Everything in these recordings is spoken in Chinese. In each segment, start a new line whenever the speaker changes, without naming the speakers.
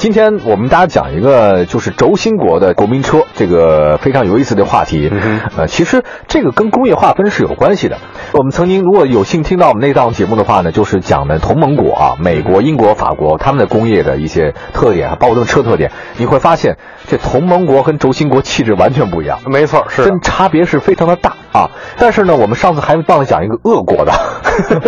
今天我们大家讲一个就是轴心国的国民车这个非常有意思的话题。
嗯
呃，其实这个跟工业划分是有关系的。我们曾经如果有幸听到我们那档节目的话呢，就是讲的同盟国啊，美国、英国、法国他们的工业的一些特点，啊包括他们车特点，你会发现这同盟国跟轴心国气质完全不一样。
没错，是的
真差别是非常的大啊！但是呢，我们上次还忘了讲一个俄 国的，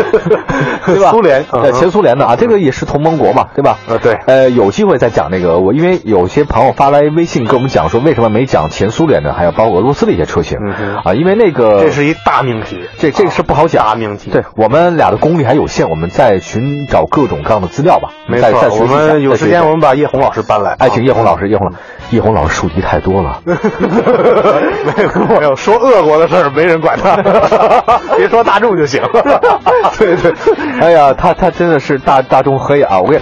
对吧？
苏联
呃，
嗯
前苏联的啊，这个也是同盟国嘛，对吧？
呃，对，
呃，有机会再讲那个俄国，因为有些朋友发来微信跟我们讲说，为什么没讲前苏联的，还有包括俄罗斯的一些车型、
嗯哼
啊？因为那个
这是一大命题，
这这个是不好讲
大命题。
对，我们俩的功力还有限，我们再寻找各种各样的资料吧。
没
再再学
错，
习
我
一下
们有
再学
时。
习一
间
下
我们把叶红老师搬来。啊
哎，请叶红老师，叶红老师，叶红老师树敌太多了。
没 有没有，说俄国的事儿没人管他， 别说大众 就行了。对对，
哎呀，他他真的是大大众黑啊！我跟，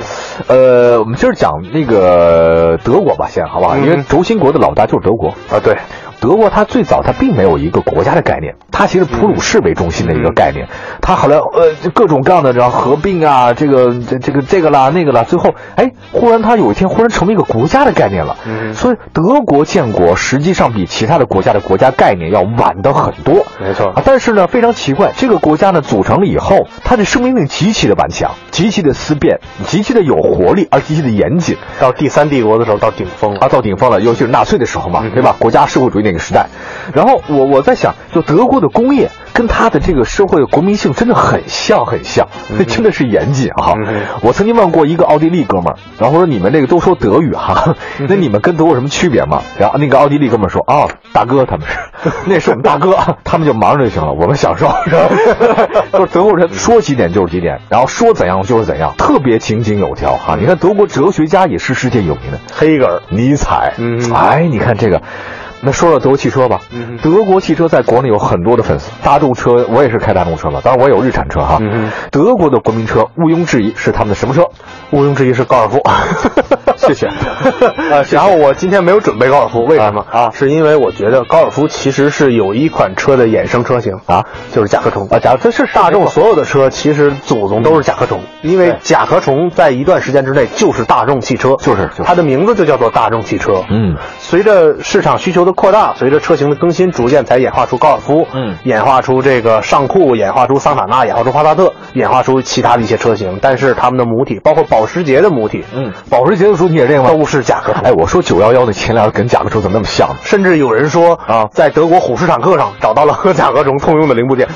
呃，我们今儿讲那个德国吧，先好不好？因为
嗯
轴心国的老大就是德国。
啊对，
德国它最早它并没有一个国家的概念，它其实普鲁士为中心的一个概念。它后来呃就各种各样的然后合并啊，这个这这个这个啦那个啦，最后哎忽然它有一天忽然成了一个国家的概念了。
嗯
所以德国建国实际上比其他的国家的国家概念要晚的很多。
没错
啊，但是呢，非常奇怪，这个国家呢组成了以后，它的生命力极其的顽强，极其的思辨，极其的有活力，而极其的严谨。
到第三帝国的时候到顶峰了。
啊，到顶峰了，尤其是纳粹的时候嘛，
嗯
对吧？国家社会主义那个时代，然后我我在想，就德国的工业跟它的这个社会国民性真的很像，很像，真的是严谨哈、
嗯哼
我曾经问过一个奥地利哥们儿，然后我说你们这个都说德语
嗯
哈，那你们跟德国有什么区别吗？然后那个奥地利哥们儿说啊、大哥他们是， 那是我们大哥，他们就忙着就行了，我们享受。是吧 就是德国人说几点就是几点，然后说怎样就是怎样，特别井井有条哈。你看德国哲学家也是世界有名的，
黑格尔，
尼采。
嗯
哎，你看这个。那说说德国汽车吧，
嗯
德国汽车在国内有很多的粉丝。大众车，我也是开大众车嘛，当然我也有日产车哈。
嗯
德国的国民车毋庸置疑是他们的什么车？
毋庸置疑是高尔 夫。
谢 啊谢
呃，然后我今天没有准备高尔夫，为什么
啊啊
是因为我觉得高尔夫其实是有一款车的衍生车型
啊，
就是甲壳虫
啊，假如这是
大众所有的车其实祖宗都是甲壳虫，因为
对
甲壳虫在一段时间之内就是大众汽车，
就是就是
它的名字就叫做大众汽车。
嗯，
随着市场需求的扩大，随着车型的更新，逐渐才演化出高尔夫，
嗯
演化出这个尚酷，演化出桑塔纳，演化出帕萨特，演化出其他的一些车型。但是它们的母体，包括保时捷的母体，
嗯，保时捷的主体也这个吗？
都是甲壳虫。
哎，我说九幺幺那前脸跟甲壳虫怎么那么像呢？
甚至有人说
啊
在德国虎式坦克上找到了和甲壳虫通用的零 部件，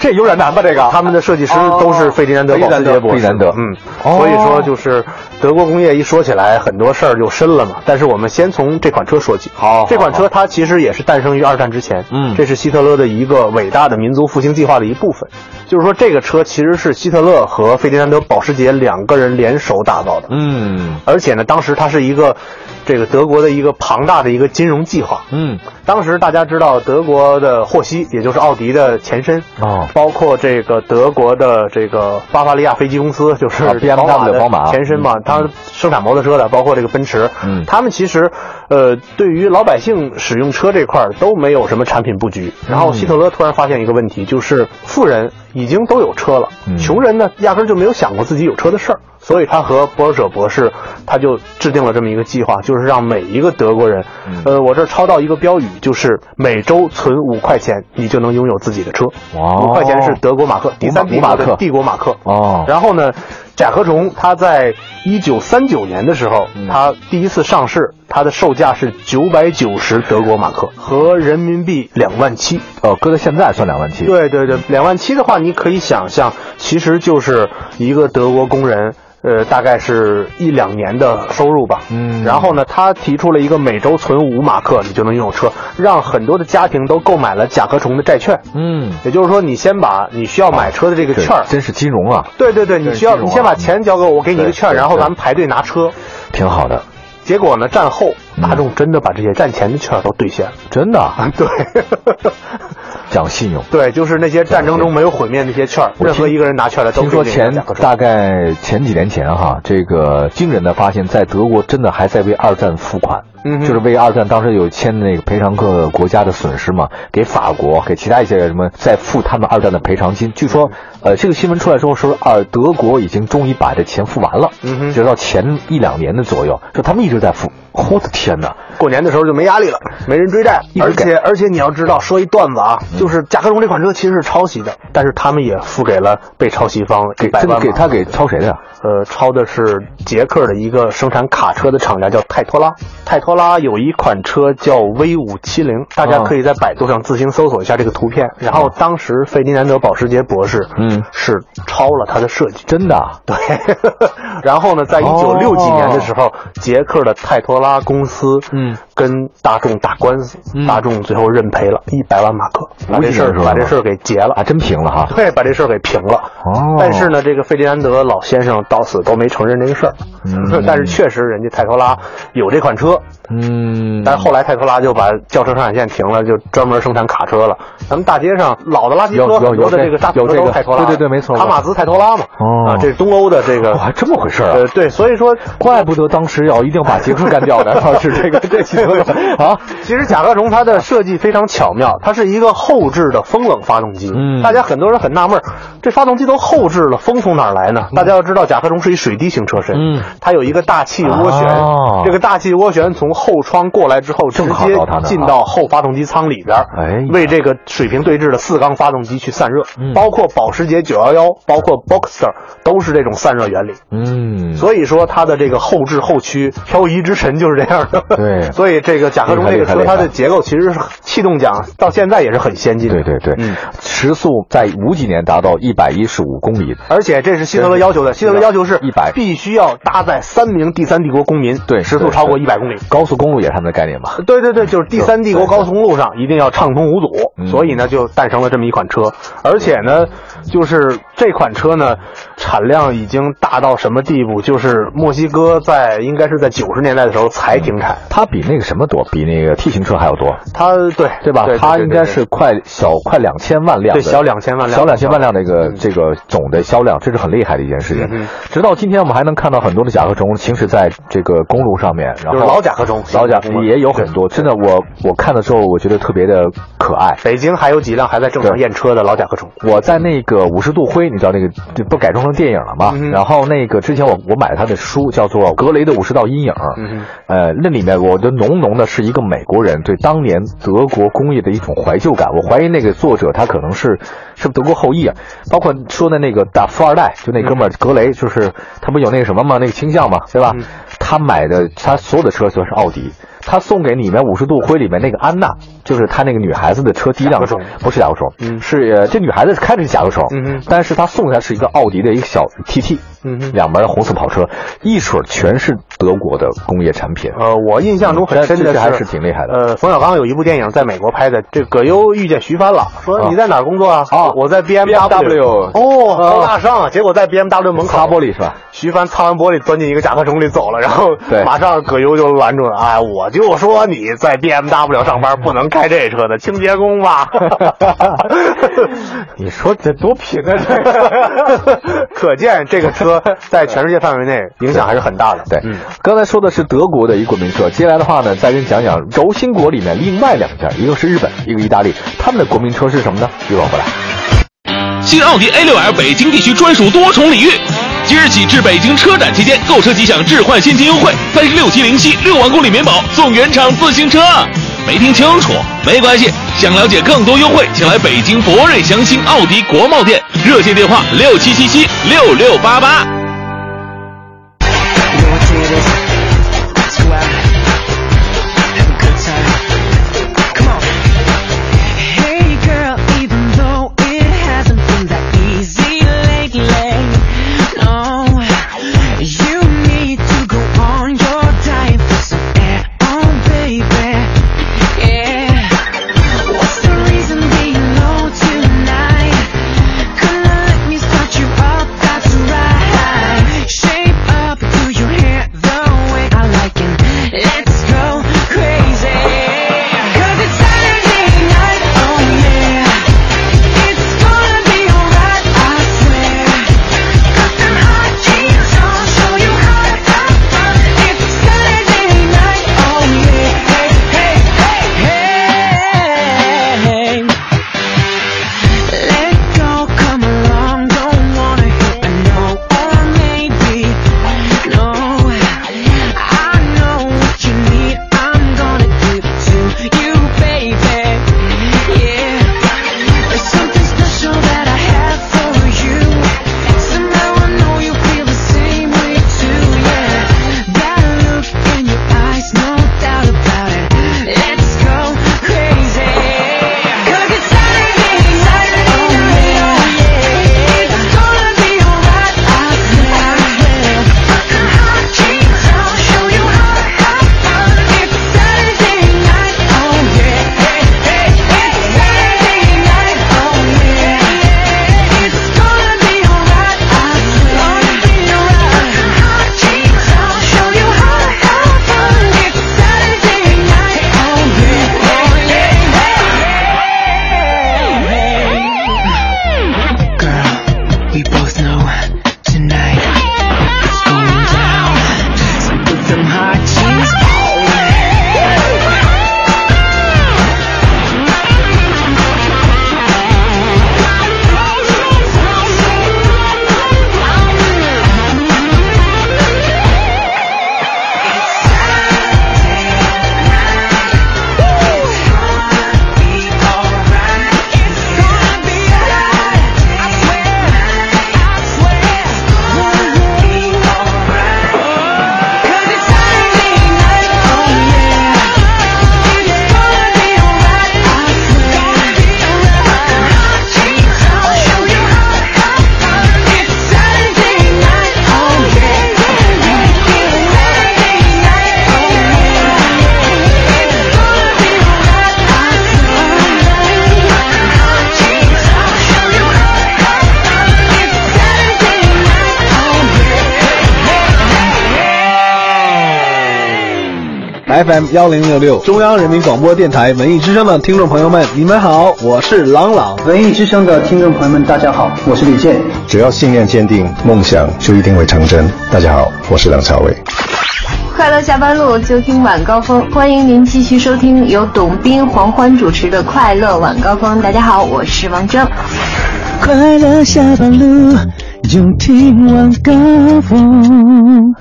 这有点难吧？这个
他们的设计师
哦
都是费迪南德·
费迪
保
南
时
德
捷博
费
士，
迪南德
嗯，
哦
所以说就是德国工业一说起来，很多事儿就深了嘛。但是我们先从这款车说起。
好好
这款车它其实也是诞生于二战之前，
嗯
这是希特勒的一个伟大的民族复兴计划的一部分。就是说，这个车其实是希特勒和费迪南德·保时捷两个人联手打造的。
嗯
而且呢，当时它是一个这个德国的一个庞大的一个金融计划。
嗯，
当时大家知道，德国的霍希，也就是奥迪的前身，
哦
包括这个德国的这个巴伐利亚飞机公司，就是
啊 BMW
宝
宝
马
马
前身嘛，它生产摩托车的，包括这个奔驰，
嗯
他们其实，呃，对于老百姓使用车这块儿都没有什么产品布局。然后希特勒突然发现一个问题，就是富人已经都有车了，
嗯
穷人呢压根儿就没有想过自己有车的事儿，所以他和博尔舍博士他就制定了这么一个计划，就是让每一个德国人，
嗯
呃，我这儿抄到一个标语，就是每周存五块钱，你就能拥有自己的车。
哇
五块钱是德国马克，第三
哦
帝国
五马克
的帝国马克。
哦，
然后呢，甲壳虫它在一九三九年的时候
嗯，
它第一次上市，它的售价是九百九十德国马克，合人民币两万七。
呃，搁到现在算两万七。，
对对对，两万七的话，你可以想象，其实就是一个德国工人。呃，大概是一两年的收入吧。
嗯
然后呢，他提出了一个每周存五马克，你就能拥有车，让很多的家庭都购买了甲壳虫的债券。
嗯，
也就是说，你先把你需要买车的这个
这
券儿
真是金融啊，
对对对，你需要
哦这种啊
你先把钱交给我，我给你一
对
个券儿，
对
然后
对
咱们排队拿车。
挺好的，
结果呢，战
嗯
后大众真的把这些战前的券儿都兑现了。
真的。
啊啊，对，
啊讲信用。
对，就是那些战争中没有毁灭那些券儿，
我
任何
听
一个人拿券来都
听
可以
说
领
前
两个钟
大概前几年前哈，这个惊人的发现，在德国真的还在为二战付款，
嗯
就
哼
是为二战当时有签那个赔偿各国家的损失嘛，给法国给其他一些什么在付他们二战的赔偿金。据说，呃，这个新闻出来之后说，二啊德国已经终于把这钱付完了，
嗯哼
直到前一两年的左右，就他们一直在付。我的天哪！
过年的时候就没压力了，没人追债，
一直
而
给嗯
且而且你要知道，说一段子啊，就是甲壳虫这款车其实是抄袭的，但是他们也付给了被抄袭方
给
一百
这
万
个
嘛。
给他给抄谁的呀、
呃，抄的是捷克的一个生产卡车的厂家，叫泰托拉。泰托拉有一款车叫 V 五七零，大家
啊
可以在百度上自行搜索一下这个图片。然后当时费迪南德·保时捷博士，
嗯
是抄了他的设计。
真的啊？
对， 然后呢，在
哦
一九六几年的时候，捷克的泰托拉公司，
嗯，
跟大众打官司，
嗯
大众最后认赔了一百万马克，把这事
50
儿
是吧
把这事儿给结了
啊，，真平了哈！
对，把这事儿给平了。
哦
但是呢，这个费迪南德老先生到死都没承认这个事儿，
嗯
但是确实人家泰托拉有这款车，
嗯，
但是后来泰托拉就把轿车生产线停了，就专门生产卡车了。咱们大街上老的垃圾
有
车
有
很
有
多的
这
这个沙土
有
车
这
都
个
是泰托拉的，
对对对没错
卡马兹泰托拉嘛，
哦
啊，这是东欧的这个
哇，还这么回事儿啊
呃，！对，所以说，
怪不得当时要一定把杰克干掉 的，要是这 个这几个啊，
其实甲壳虫它的设计非常巧妙，它是一个后置的风冷发动机。
嗯
大家很多人很纳闷儿，这发动机都后置了，风从哪儿来呢？大家要知道，甲壳虫是一水滴型车身，
嗯，
它有一个大气涡旋，
哦
这个大气涡旋从后窗过来之后，直
正好
接
到它那儿啊
进到后发动机舱里边儿，
哎呀
为这个水平对置的四缸发动机去散热，
嗯
包括保时捷911，包括 Boxster 都是这种散热原理。
嗯，
所以说它的这个后置后驱漂移之神就是这样的。
对
所以这个甲壳虫这个车
厉害厉害
它的结构其实是气动奖到现在也是很先进的。
对对对
嗯，
时速在五几年达到一百一十五公里，
而且这是希特勒要求的，希特勒要求是
100
必须要搭载三名第三帝国公民，
对
时速
对
超过
对
一百公里。
高速公路也是他们的概念吧？
对对对，就是第三帝国高速公路上一定要畅通无阻，
嗯
所以呢就诞生了这么一款车。而且呢，就是这款车呢，产量已经大到什么地步？就是墨西哥在应该是在九十年代的时候才停产，
它比那个什么多，比那个 T 型车还要多，
它对
对吧？
对对
它
对
应
对
该
对
是快小快两千万辆的，
对小两千万辆
小两千万辆的一个这个总的销量，这是很厉害的一件事
嗯
情
哼。
直到今天，我们还能看到很多的甲壳虫行驶在这个公路上面，然
就
后
是老甲壳虫，
老甲也有很多，真的，我我看的时候，我觉得特别的可爱。
北京还有几辆还在正常
对
验车的老甲壳虫。
我在那个五十度灰，你知道那个这不改装成电影了吗？
嗯哼
然后那个之前我我买了他的书，叫做《格雷的五十道阴影》。
嗯哼
呃，那里面我觉得浓浓的是一个美国人对当年德国工业的一种怀旧感。我怀疑那个作者他可能是是不是德国后裔啊，包括说的那个大富二代，就那哥们儿格雷，就是他不有那个什么嘛，那个倾向嘛，对吧？
嗯
他买的他所有的车全是奥迪。他送给里面五十度灰里面那个安娜，就是他那个女孩子的车，第一辆
甲壳虫
不是甲壳虫，
嗯
是呃这女孩子开的是甲壳虫，
嗯哼
但是她送的是一个奥迪的一个小 TT，
嗯哼
两门的红色跑车，一水儿全是德国的工业产品。
呃，我印象中很深的
这这还是挺厉害的
呃，冯小刚有一部电影在美国拍的，这葛优遇见徐帆了，说
啊
你在哪儿工作啊？
啊
我在 BMW。哦，高大上啊！结果在 BMW 门口
擦玻璃是 吧？
徐帆擦完玻璃钻进一个甲壳虫里走了，然后
对
马上葛优就拦住了，哎，我就说你在 BMW 上 班不能开这车的，清洁工 吧。
你说这多贫啊！这
可见这个车在全世界范围内影响还是很大的。
对，
嗯
刚才说的是德国的一个名车，接下来的话呢，再跟你讲讲轴心国里面另外两家，一个是日本，一个意大利，他们的国民车是什么呢？一会儿回来。
新奥迪 A6L 北京地区专属多重礼遇。即日起至北京车展期间，购车即享置换现金优惠，三十六期零息，六万公里免保，送原厂自行车。没听清楚？没关系，想了解更多优惠，请来北京博瑞祥兴奥迪国贸店，热线电话六七七七六六八八。
You know what day it is. Let's go out. Have a good time. Come on. Hey girl, even though it hasn't been that easy lately, no. You need to go on your diet for some air, oh baby. Yeah. What's the reason being low tonight? Gonna let me start you up, that's right. oh
FM 幺零六六，中央人民广播电台文艺之声的听众朋友们，你们好，我是朗朗。
文艺之声的呃听众朋友们，大家好，我是李健。
只要信念坚定，梦想就一定会成真。大家好，我是梁朝伟。
快乐下班路就听晚高峰，欢迎您继续收听由董斌、黄欢主持的《快乐晚高峰》。大家好，我是王铮。
快乐下班路，用听晚高峰。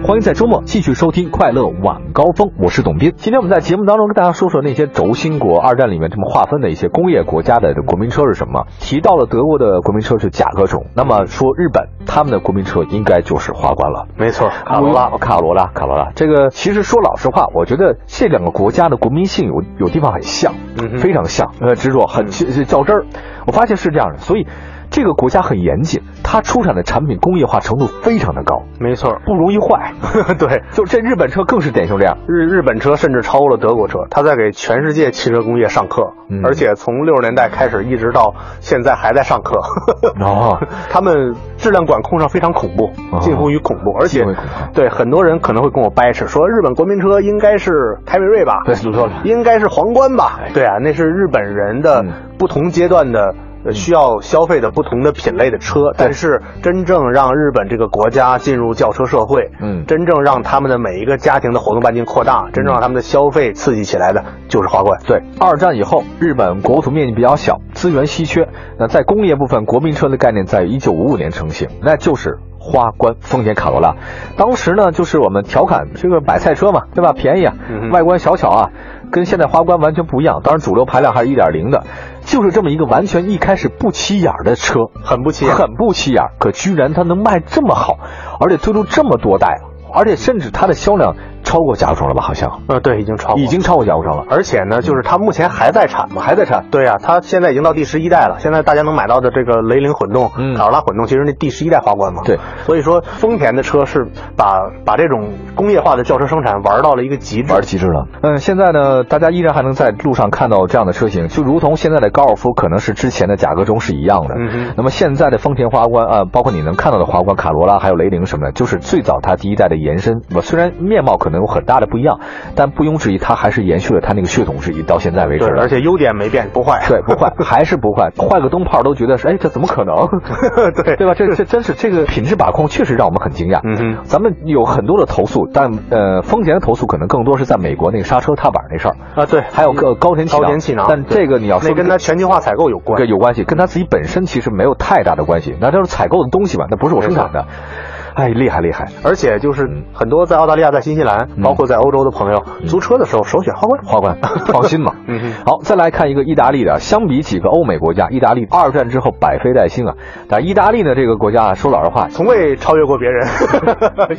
欢迎在周末继续收听《快乐晚高峰》，我是董斌。今天我们在节目当中跟大家说说那些轴心国，二战里面这么划分的一些工业国家的国民车是什么。提到了德国的国民车是甲壳虫，那么说日本他们的国民车应该就是皇冠了。
没错，
卡罗拉，哦卡罗拉，卡罗拉。这个其实说老实话，我觉得这两个国家的国民性有有地方很像，
嗯哼
非常像，呃，执着很较较真儿。我发现是这样的，所以这个国家很严谨，它出产的产品工业化程度非常的高，
没错，
不容易坏。
对。
就这日本车更是典型这样，
日日本车甚至超过了德国车，它在给全世界汽车工业上课，
嗯
而且从六十年代开始一直到现在还在上课。
哦，
他们质量管控上非常恐怖
哦，
近乎于恐怖，而且
近乎于恐怖
对很多人可能会跟我掰扯说日本国民车应该是凯美瑞吧，
对说错了
应该是皇冠吧，对啊，那是日本人的
哎嗯
不同阶段的。呃需要消费的不同的品类的车，但是真正让日本这个国家进入轿车社会，
嗯
真正让他们的每一个家庭的活动半径扩大，真正让他们的消费刺激起来的，就是华冠。
对，二战以后，日本国土面积比较小，资源稀缺。那在工业部分，国民车的概念在一九五五年成型，那就是花冠丰田卡罗拉。当时呢，就是我们调侃这个买菜车嘛，对吧？便宜啊，
嗯哼
外观小巧啊，跟现在花冠完全不一样。当然，主流排量还是一点零的，就是这么一个完全一开始不起眼儿的车，
很不 起眼
很不起眼儿。可居然它能卖这么好，而且推出这么多代，啊而且甚至它的销量超过甲壳虫了吧？好像
呃，对，已经超过了
已经超过甲壳虫了。
而且呢，就是它目前还在产嘛，
还在产
对呀、它现在已经到第十一代了。现在大家能买到的这个雷凌混动、
嗯
卡罗拉混动，其实那第十一代皇冠嘛。
对，
所以说丰田的车是把把这种工业化的轿车生产玩到了一个极致。
玩极致了。嗯，现在呢，大家依然还能在路上看到这样的车型，就如同现在的高尔夫可能是之前的甲壳虫是一样的。
嗯哼
那么现在的丰田花冠啊、呃包括你能看到的皇冠、卡罗拉还有雷凌什么的，就是最早它第一代的延伸。我虽然面貌可能有很大的不一样，但毋庸置疑，它还是延续了它那个血统是一到现在为止
对，
的。
而且优点没变，不 坏。
对，不坏，还是不坏，坏个灯泡都觉得是，哎，这怎么可能？
对
对吧？这这真是这个品质把控，确实让我们很惊讶。
嗯哼
咱们有很多的投诉，但呃，丰田的投诉可能更多是在美国那个刹车踏板那事儿
啊对
还有个高田气啊
高田气囊
但这个你要说
那跟它全球化采购有关
对，。有关系，跟他自己本身其实没有太大的关系，那都是采购的东西嘛，那不是我生产的。哎，厉害厉害，
而且就是
嗯
很多在澳大利亚、在新西兰，包括在欧洲的朋友，租车的时候首选花冠。
花 冠，放心吧。
嗯哼
好，再来看一个意大利的，相比几个欧美国家，意大利二战之后百废待兴啊。但意大利呢这个国家啊，说老实话，
从未超越过 别人，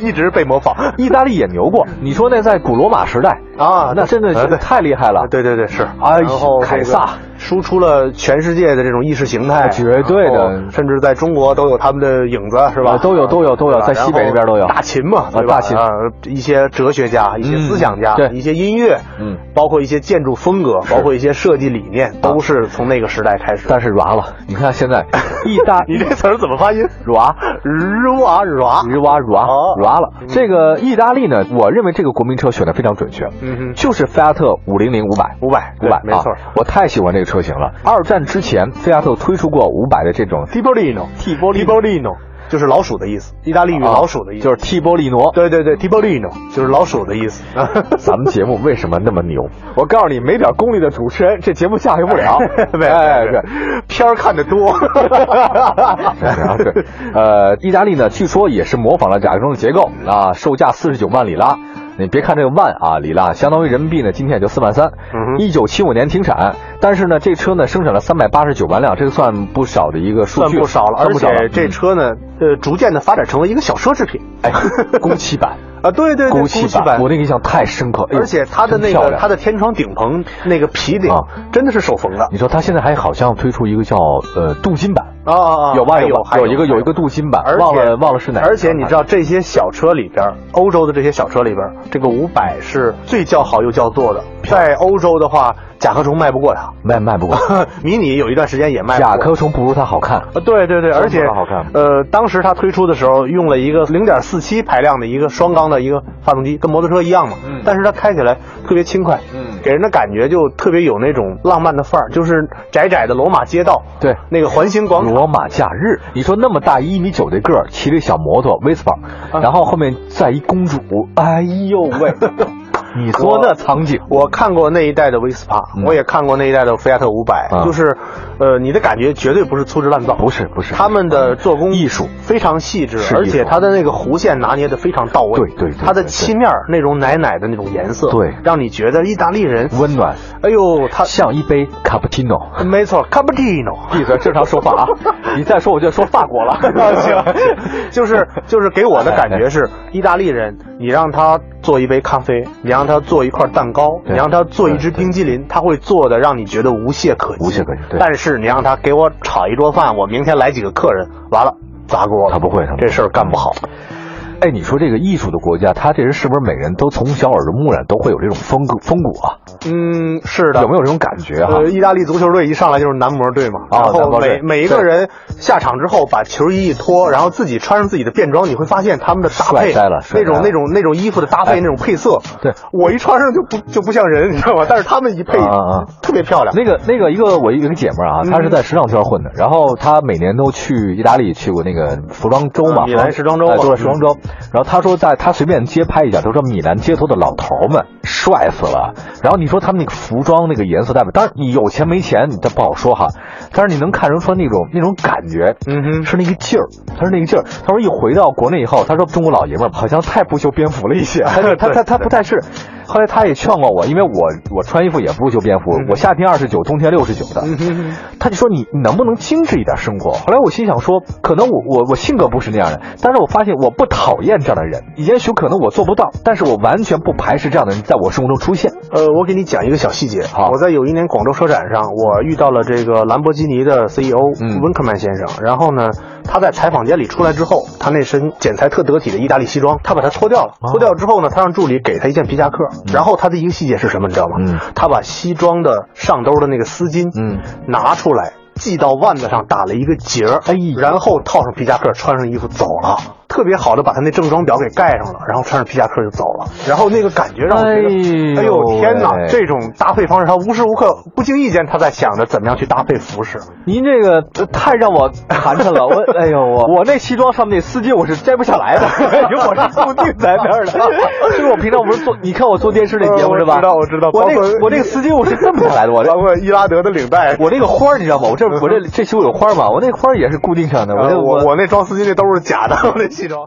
一直被模仿
意大利也牛过。你说那在古罗马时代
啊
那真的
啊
是
对
太厉害了。
对对对，是。
哎
然后
凯
这个
撒哎
输出了全世界的这种意识形态，
绝对的
然后甚至在中国都有他们的影子，是吧？
啊都有都有都有
对吧
在西北那边都有
然后大秦嘛，对吧？
大秦
啊，一些哲学家、一些思想家、
嗯对
一些音乐，
嗯，啊
包括一些建筑风格，包括一些设计理念，都是从那个时代开始。
但是软了，你看现在意大
你这词儿怎么发音？
软。
软软
日哇软
哦
软了，这个意大利呢，我认为这个国民车选的非常准确，
嗯哼
就是菲亚特五零零五百
五百
五百，
没错
啊。我太喜欢这个车型了。二战之前，菲亚特推出过五百的这种
t i b o l i n o t i b o l i n o 就是老鼠的意思，意大利语老鼠的意思，
啊就是 T 波利诺。
对对对 t i b o l i n o 就是老鼠的意思。。
咱们节目为什么那么牛？我告诉你，没点功力的主持人，这节目驾驭不 了
没有
哎，
没有
对，
片儿看 得多。
对，呃，意大利呢，据说也是模仿了甲壳虫的结构啊，售价四十九万里拉。你别看这个万啊，里拉相当于人民币呢，今天也就四万三
嗯哼。
一九七五年停产，但是呢，这车呢生产了三百八十九万辆，这个算不少的一个数
算
据，
不少了，
算
而
不少
且这
嗯
车呢，呃，逐渐的发展成为一个小奢侈品
哎， 工期版，
啊，对 对对，
工
姑
期
息
版，我那个印象太深刻。哎呦
而且它的
真
那
漂
个
亮
它的天窗顶棚那个皮顶
啊
真的是手缝的
你说它现在还好像推出一个叫呃镀金版，
啊啊啊！
有吧
还有
有吧
还
有一个有一个镀金版
而且
忘了忘了是哪个
而且你知道这些小车里边，欧洲的这些小车里边，这个五百是最叫好又叫座的。在欧洲的话，甲壳虫卖不过它，
卖卖不过，
迷你有一段时间也卖不过。
甲壳虫不如它好看。
呃，对对对，而且
真的好看
呃，当时它推出的时候用了一个零点四七排量的一个双缸的一个发动机，跟摩托车一样嘛。
嗯
但是它开起来特别轻快，
嗯
给人的感觉就特别有那种浪漫的范儿，就是窄窄的罗马街道，
对
那个环形广场，
罗马假日，你说那么大一米九的个儿，骑着小摩托 Vespa，、然
啊
后后面再一公主，哎呦 喂，你说那场景，
我看过那一代的 Vespa，、
嗯
我也看过那一代的菲亚特五百、
啊
就是，呃，你的感觉绝对不是粗制滥造，
不是不是
他们的做工
艺术
非常细致
是，艺术
而且它的那个弧线拿捏的非常到位，
对对对
它
对
的
对
漆面儿那种奶奶的那种颜色，
对
让你觉得意大利人，
温暖，
哎呦，他
像一杯 cappuccino。
没错，cappuccino。
闭嘴，正常说 法啊！你再说我就说法国了。
啊行，就是就是给我的感觉是，意大利人，你让他做一杯咖啡，你让他做一块蛋糕，
对
你让他做一只冰激凌，他会做的让你觉得无懈可击。
无懈可击对
但是你让他给我炒一桌饭，我明天来几个客人，完了砸锅了。
他不会他不会
这事儿干不好。
哎，你说这个艺术的国家，他这人是不是每人都从小耳濡目染，都会有这种风骨风骨啊？
嗯，是的。
有没有这种感觉啊哈、
呃，意大利足球队一上来就是男模队嘛，
啊
然
男
后
模队
每每一个
对
人下场之后把球衣一脱，然后自己穿上自己的便装，你会发现他们的搭配，
帅呆了帅
那
呆了
种那种那种衣服的搭配、
哎
那种配色，
对
我一穿上就不就不像人，你知道吗？但是他们一配、
啊啊啊
特别漂亮。
那个那个一个我一个姐们儿啊，
嗯
她是在时尚圈混的，然后她每年都去意大利去过那个服装周嘛，
嗯米兰时装周
哎
嘛
对，时装周。然后她说在她随便街拍一下，都说米兰街头的老头儿们帅死了。然后你说他们那个服装那个颜色搭配，当然你有钱没钱你这不好说哈，但是你能看出说那种那种感觉，
嗯哼
是那个劲儿，他是那个劲儿。他说一回到国内以后，他说中国老爷们儿好像太不修边幅了一 些，他他他他不太是。后来他也劝过我，因为我我穿衣服也不是修边幅，
嗯
我夏天二十九，冬天六十九的。他就说你你能不能精致一点生活？后来我心想说，可能我我我性格不是那样的，但是我发现我不讨厌这样的人，也许可能我做不到，但是我完全不排斥这样的人在我生活中出现。
呃，我给你讲一个小细节。
好
我在有一年广州车展上，我遇到了这个兰博基尼的 CEO
嗯
温克曼先生。然后呢，他在采访间里出来之后，他那身剪裁特得体的意大利西装，他把它脱掉了。
哦
脱掉之后呢，他让助理给他一件皮夹克。然后他的一个细节是什么，你知道吗？
嗯
他把西装的上兜的那个丝巾，
嗯，
拿出来。系到腕子上打了一个结儿，
哎呦
然后套上皮夹克，穿上衣服走了，特别好的把他那正装表给盖上了，然后穿上皮夹克就走了，然后那个感觉让我觉得，
哎呦
哎呦天
喂
哪，这种搭配方式，他无时无刻不经意间他在想着怎么样去搭配服饰。
您这个呃太让我寒碜了，我 哎呦 我我那西装上面那丝巾我是摘不下来的，因为我是固定在那 儿的，就是我平常不是做，你看我做电视那节目是吧？
呃我知道我知道
我那
包括
个我这个丝巾我是摘不下来 的，我这
包括伊拉德的领带，
我这个花儿你知道吗？我这我这这袖有花儿嘛，我那花儿也是固定上的，我
呃
这
我我那装丝巾那兜是假的，我那西装。